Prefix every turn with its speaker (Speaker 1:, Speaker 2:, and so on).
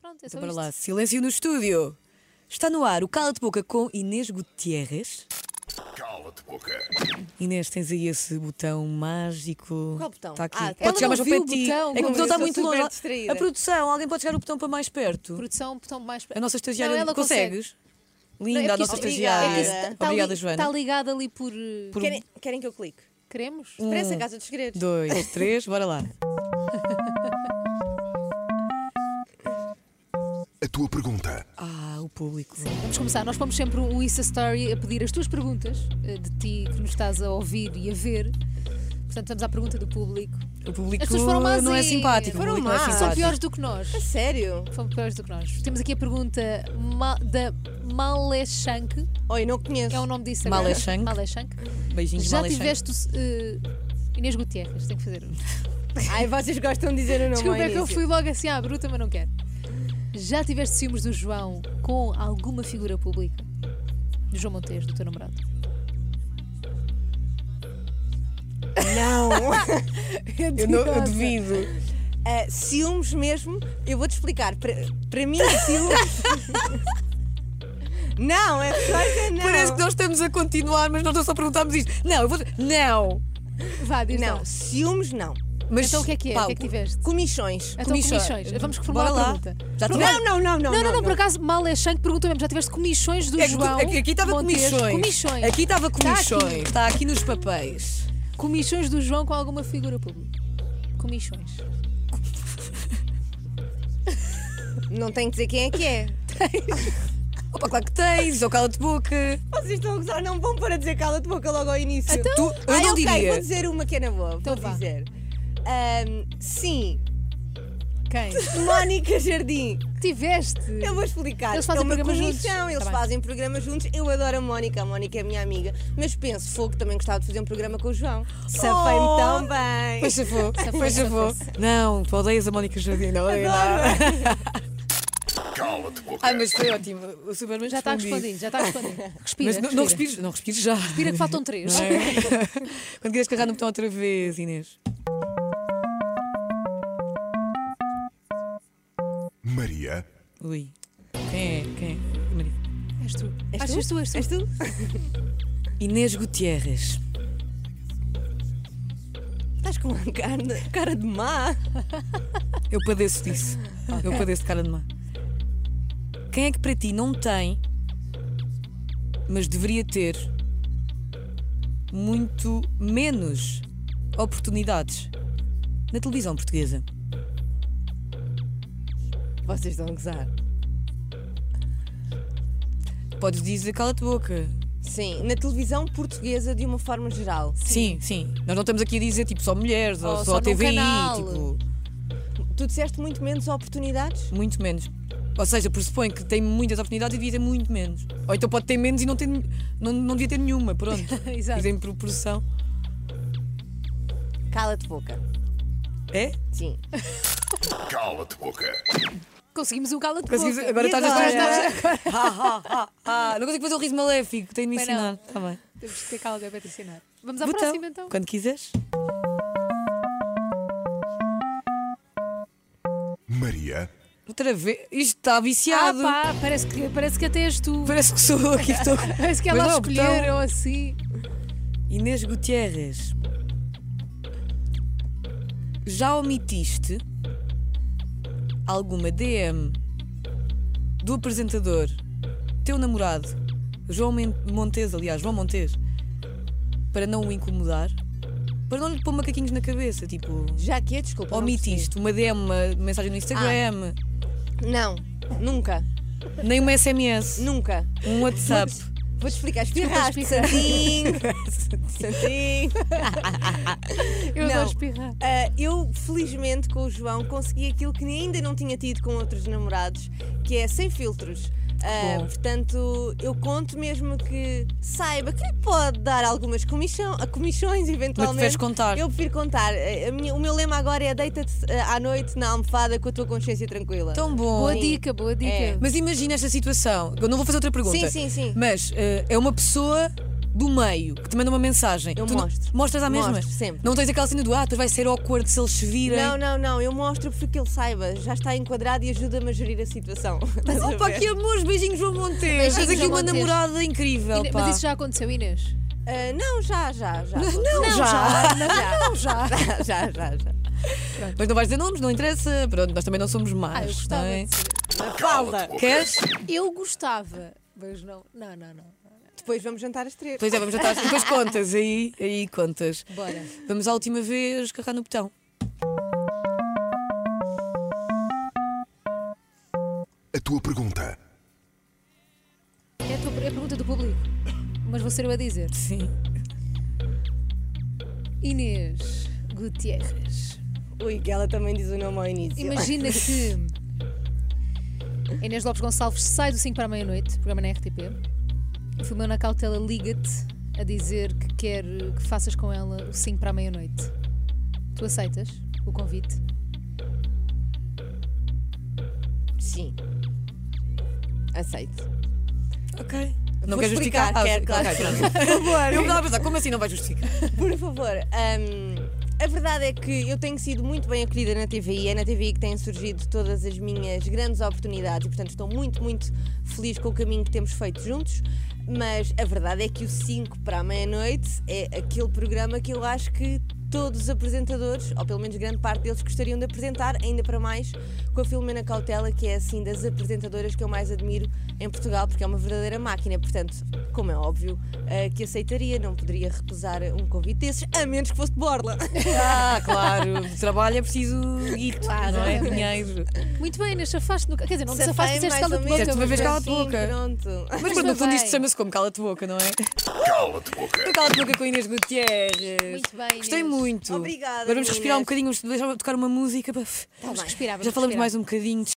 Speaker 1: Pronto, é só
Speaker 2: Então, bora
Speaker 1: isto.
Speaker 2: lá, silêncio no estúdio. Está no ar o Cala-te Boca com Inês Gutierrez.
Speaker 3: Cala-te, boca.
Speaker 2: Inês, tens aí esse botão mágico.
Speaker 1: Qual botão?
Speaker 2: Está aqui.
Speaker 1: Ah, ela
Speaker 2: pode chegar
Speaker 1: não
Speaker 2: mais ao
Speaker 1: viu
Speaker 2: pé de
Speaker 1: o
Speaker 2: ti.
Speaker 1: botão,
Speaker 2: é que o
Speaker 1: como
Speaker 2: botão
Speaker 1: eu
Speaker 2: está
Speaker 1: sou
Speaker 2: muito
Speaker 1: super
Speaker 2: longe.
Speaker 1: distraída.
Speaker 2: A produção, alguém pode chegar o botão para mais perto.
Speaker 1: Produção, botão mais.
Speaker 2: A nossa estagiária.
Speaker 1: Não, ela
Speaker 2: Consegues?
Speaker 1: Não,
Speaker 2: Linda,
Speaker 1: é
Speaker 2: a
Speaker 1: porque
Speaker 2: nossa
Speaker 1: isto-
Speaker 2: estagiária.
Speaker 1: é que isto tá- tá
Speaker 2: Obrigada,
Speaker 1: li-
Speaker 2: Joana.
Speaker 1: Está ligada ali por. eh,
Speaker 2: Por um.
Speaker 4: Querem, querem que eu clique?
Speaker 1: Queremos?
Speaker 4: Parece a Casa dos Segredos.
Speaker 2: dois, três, bora lá.
Speaker 3: A tua pergunta.
Speaker 2: Ah, o público.
Speaker 1: Vamos começar. Nós pomos sempre um Insta Story a pedir as tuas perguntas eh, de ti que nos estás a ouvir e a ver. Portanto, estamos à pergunta do público.
Speaker 2: O público
Speaker 1: As pessoas foram más
Speaker 2: não é
Speaker 1: e-
Speaker 2: simpático.
Speaker 1: foram
Speaker 2: o público não é
Speaker 4: más.
Speaker 1: São
Speaker 2: simpático.
Speaker 1: piores do que nós.
Speaker 4: A sério?
Speaker 1: São piores do que nós. Temos aqui a pergunta ma- da Maleshank.
Speaker 4: Oi, não conheço.
Speaker 1: É o nome disso agora.
Speaker 2: Maleshank?
Speaker 1: Maleshank.
Speaker 2: Beijinhos,
Speaker 1: Já
Speaker 2: Maleixandre.
Speaker 1: tiveste. eh, Inês Gutierrez, tenho que fazer. um.
Speaker 4: Ai, vocês gostam de dizer o nome
Speaker 1: Desculpa,
Speaker 4: ao
Speaker 1: é que eu
Speaker 4: início.
Speaker 1: fui logo assim à bruta, mas não quero. Já tiveste ciúmes do João com alguma figura pública? Do João Montes, do teu namorado?
Speaker 4: Não.
Speaker 2: Eu, não, eu devido.
Speaker 4: Ah, ciúmes mesmo, eu vou-te explicar. Para, para mim, é ciúmes. não, é coisa não.
Speaker 2: Parece que nós estamos a continuar, mas nós não só perguntámos isto. Não, eu vou. Não!
Speaker 1: Vá, diz lá.
Speaker 4: Não, ciúmes não.
Speaker 2: Mas,
Speaker 1: Então o que é que é?
Speaker 2: pá,
Speaker 1: O que é que tiveste?
Speaker 4: Comissões.
Speaker 1: Então
Speaker 2: comichões.
Speaker 1: comichões. Vamos reformular
Speaker 2: Bora
Speaker 1: a
Speaker 2: lá.
Speaker 1: pergunta.
Speaker 2: Já
Speaker 1: Não,
Speaker 2: tiveste?
Speaker 4: Não, não, não, não.
Speaker 1: Não, não, não, por acaso, mal é Shank perguntou mesmo. Já tiveste comichões do
Speaker 2: É que tu-
Speaker 1: João?
Speaker 2: aqui, aqui estava
Speaker 1: Montes?
Speaker 2: comichões. É
Speaker 1: Comichões.
Speaker 2: Aqui estava
Speaker 1: Tá aqui.
Speaker 2: comichões. Está aqui nos papéis.
Speaker 1: Comichões do João com alguma figura pública. Comichões.
Speaker 4: Não tenho que dizer quem é que é.
Speaker 2: Opa, claro que tens, ou cala-te boca.
Speaker 4: Vocês estão a gozar, não vão para dizer cala-te boca logo ao início.
Speaker 2: Tu, eu
Speaker 4: Ai,
Speaker 2: não
Speaker 4: ok,
Speaker 2: diria.
Speaker 4: vou dizer uma que é na boa.
Speaker 1: Então
Speaker 4: vou
Speaker 1: vá.
Speaker 4: dizer. Ahm, sim,
Speaker 1: Quem?
Speaker 4: Mónica Jardim.
Speaker 1: Tiveste.
Speaker 4: Eu vou explicar.
Speaker 1: Eles fazem
Speaker 4: é uma
Speaker 1: programas
Speaker 4: comissão,
Speaker 1: juntos.
Speaker 4: eles
Speaker 1: Tá bem.
Speaker 4: fazem programas juntos. Eu adoro a Mónica, a Mónica é minha amiga. Mas penso, fogo, também gostava de fazer um programa com o João. Safei-me
Speaker 2: Oh.
Speaker 4: tão bem.
Speaker 2: Pois eu vou,
Speaker 1: Safou,
Speaker 2: pois eu vou.
Speaker 1: safou-se.
Speaker 2: Não, tu odeias a Mónica Jardim, não odeio
Speaker 1: é
Speaker 2: nada.
Speaker 3: Cala-te, boca.
Speaker 2: Ai, mas foi ótimo. O Superman
Speaker 1: Já está
Speaker 2: respondi.
Speaker 1: respondido, já está respondido. Respira,
Speaker 2: Mas não,
Speaker 1: respira.
Speaker 2: não respires, não respires já.
Speaker 1: Respira que faltam três.
Speaker 2: Não é? Quando queres carregar no botão outra vez, Inês.
Speaker 3: Maria.
Speaker 2: Ui. Quem é? Quem é? Maria.
Speaker 1: És tu. És tu, és tu.
Speaker 4: És tu?
Speaker 2: Inês Gutierrez.
Speaker 4: Estás com uma cara de, cara de má.
Speaker 2: Eu padeço disso. Eu padeço de cara de má. Quem é que para ti não tem, mas deveria ter, muito menos oportunidades na televisão portuguesa?
Speaker 4: Vocês estão a gozar.
Speaker 2: Podes dizer cala-te boca.
Speaker 4: Sim, na televisão portuguesa de uma forma geral.
Speaker 2: Sim. sim, Nós não estamos aqui a dizer tipo só mulheres ou,
Speaker 1: Ou só
Speaker 2: só,
Speaker 1: num
Speaker 2: TVI,
Speaker 1: canal.
Speaker 2: tipo,
Speaker 4: Tu disseste muito menos oportunidades?
Speaker 2: muito menos. Ou seja, pressupõe que tem muitas oportunidades e devia ter muito menos. Ou então pode ter menos e não, ter, não, não devia ter nenhuma, pronto.
Speaker 1: Exato.
Speaker 2: Dizem proporção.
Speaker 4: Cala-te boca.
Speaker 2: É?
Speaker 4: Sim.
Speaker 3: Cala-te, boca.
Speaker 1: Conseguimos um cala de boca.
Speaker 2: Conseguimos- agora
Speaker 4: E
Speaker 2: estás a
Speaker 4: agora?
Speaker 2: estás- Ah, ah, ah, ah. Não consigo fazer o riso maléfico, tenho de me
Speaker 1: Pois não.
Speaker 2: ensinar. Tá bem.
Speaker 1: Temos que ter cala de boca para te ensinar. Vamos à
Speaker 2: Botão,
Speaker 1: próxima então.
Speaker 2: Quando quiseres.
Speaker 3: Maria.
Speaker 2: Outra vez. Isto está
Speaker 1: Ah
Speaker 2: viciado.
Speaker 1: pá, parece que, parece que até és tu.
Speaker 2: Parece que sou eu aqui que estou.
Speaker 1: Parece que
Speaker 2: Mas
Speaker 1: ela
Speaker 2: não,
Speaker 1: escolher
Speaker 2: botão.
Speaker 1: ou assim.
Speaker 2: Inês Gutierrez. Já omitiste alguma DM do apresentador, teu namorado, João Men- Montes, aliás, João Montes, para não o incomodar? Para não lhe pôr macaquinhos na cabeça, tipo.
Speaker 4: Já que é, desculpa. não
Speaker 2: Omitiste uma DM, uma mensagem no Instagram,
Speaker 4: percebi. Não, nunca,
Speaker 2: nem uma SMS,
Speaker 4: nunca.
Speaker 2: um WhatsApp.
Speaker 4: Vou-te explicar. Espirraste,
Speaker 1: espirrar.
Speaker 4: Santinho. Santinho.
Speaker 1: Eu
Speaker 4: Não.
Speaker 1: adoro espirrar.
Speaker 4: Ah, eu, felizmente, com o João, consegui aquilo que ainda não tinha tido com outros namorados, que é sem filtros. Ah,
Speaker 2: Bom.
Speaker 4: portanto, eu conto mesmo que saiba que lhe pode dar algumas comichão, a comichões,
Speaker 2: Mas tu
Speaker 4: eventualmente.
Speaker 2: vais contar.
Speaker 4: Eu prefiro contar. Ah, a minha- o meu lema agora é deita-te ah, à noite na almofada com a tua consciência tranquila.
Speaker 2: Tão bom.
Speaker 1: Boa dica, boa dica.
Speaker 4: É.
Speaker 2: Mas imagina esta situação. Eu não vou fazer outra pergunta.
Speaker 4: Sim, sim, sim.
Speaker 2: Mas eh, é uma pessoa do meio que te manda uma mensagem,
Speaker 4: Eu
Speaker 2: tu não-
Speaker 4: mostro.
Speaker 2: mostras à mesma?
Speaker 4: Mostro, sempre.
Speaker 2: Não tens aquela cena do ah, depois vai ser awkward se eles se virem.
Speaker 4: Não, não, não, eu mostro porque ele saiba, já está enquadrado e ajuda-me a gerir a situação. Estás a
Speaker 2: Opa,
Speaker 4: ver?
Speaker 2: que amores, beijinhos João Montes.
Speaker 1: Beijinhos,
Speaker 2: Tens aqui
Speaker 1: João
Speaker 2: uma
Speaker 1: Montes.
Speaker 2: namorada incrível,
Speaker 1: Ina-
Speaker 2: pá.
Speaker 1: Mas isso já aconteceu, Inês?
Speaker 4: Ah, não, já, já, já.
Speaker 2: Não,
Speaker 4: já.
Speaker 2: já.
Speaker 4: Não, já. já, já, já, já.
Speaker 2: Mas não vais dizer nomes, não interessa. Pronto, nós também não somos más.
Speaker 1: Ah, eu gostava
Speaker 2: não é?
Speaker 1: de saber.
Speaker 4: Falda.
Speaker 2: Queres?
Speaker 1: Eu gostava, mas não. Não, não, não.
Speaker 4: Depois vamos jantar as três.
Speaker 2: Pois é, vamos jantar. Depois contas, aí, aí contas.
Speaker 1: Bora.
Speaker 2: Vamos à última vez carregar no botão.
Speaker 3: A tua pergunta.
Speaker 1: É a, tua, é a pergunta do público. Mas vou ser eu a dizer.
Speaker 2: Sim.
Speaker 1: Inês Gutierrez.
Speaker 4: Ui, que ela também diz o nome ao início.
Speaker 1: Imagina que a Inês Lopes Gonçalves sai do 5 para a meia-noite, programa na RTP. O filme é na cautela liga-te a dizer que quer que faças com ela o 5 para a meia-noite. Tu aceitas o convite?
Speaker 4: Sim. Aceito.
Speaker 2: Ok. Não
Speaker 4: Vou
Speaker 2: quer
Speaker 4: explicar,
Speaker 2: justificar? Ah,
Speaker 4: quero, claro.
Speaker 2: ok, pronto.
Speaker 4: Por favor.
Speaker 2: Eu estava a pensar, como assim não vai justificar?
Speaker 4: Por favor, hum, a verdade é que eu tenho sido muito bem acolhida na TVI, é na TVI que têm surgido todas as minhas grandes oportunidades e, portanto, estou muito, muito feliz com o caminho que temos feito juntos. Mas a verdade é que o 5 para a meia-noite é aquele programa que eu acho que todos os apresentadores, ou pelo menos grande parte deles, gostariam de apresentar, ainda para mais com a Filomena Cautela, que é assim das apresentadoras que eu mais admiro em Portugal, porque é uma verdadeira máquina. Portanto, como é óbvio, eh, que aceitaria, não poderia recusar um convite desses, a menos que fosse de borla.
Speaker 2: Ah, claro. de Trabalho é preciso guito,
Speaker 1: Claro,
Speaker 2: não é?
Speaker 1: exatamente.
Speaker 2: Dinheiro.
Speaker 1: Muito bem, Inês, afaste-te. Quer dizer, não te
Speaker 4: Safei
Speaker 1: afaste, disseste
Speaker 4: mais
Speaker 1: cala
Speaker 4: ou
Speaker 1: de boca.
Speaker 4: menos.
Speaker 2: Disseste uma vez
Speaker 1: mas-
Speaker 2: cala-te
Speaker 4: Sim,
Speaker 2: boca.
Speaker 4: Pronto.
Speaker 2: Mas
Speaker 1: Mas
Speaker 2: quando
Speaker 1: não
Speaker 2: tu dizes
Speaker 1: vai.
Speaker 2: chama-se como cala-te boca, não é?
Speaker 3: Cala-te boca.
Speaker 2: Cala-te boca com a Inês Gutierrez.
Speaker 1: Muito bem,
Speaker 2: Gostei
Speaker 1: Inês.
Speaker 2: muito.
Speaker 4: Obrigada,
Speaker 2: Agora vamos respirar
Speaker 4: Inês.
Speaker 2: um bocadinho, vamos deixar tocar uma música. pá,
Speaker 1: Vamos
Speaker 4: bem.
Speaker 1: respirar, vamos
Speaker 2: Já falamos
Speaker 1: respirar.
Speaker 2: mais um bocadinho.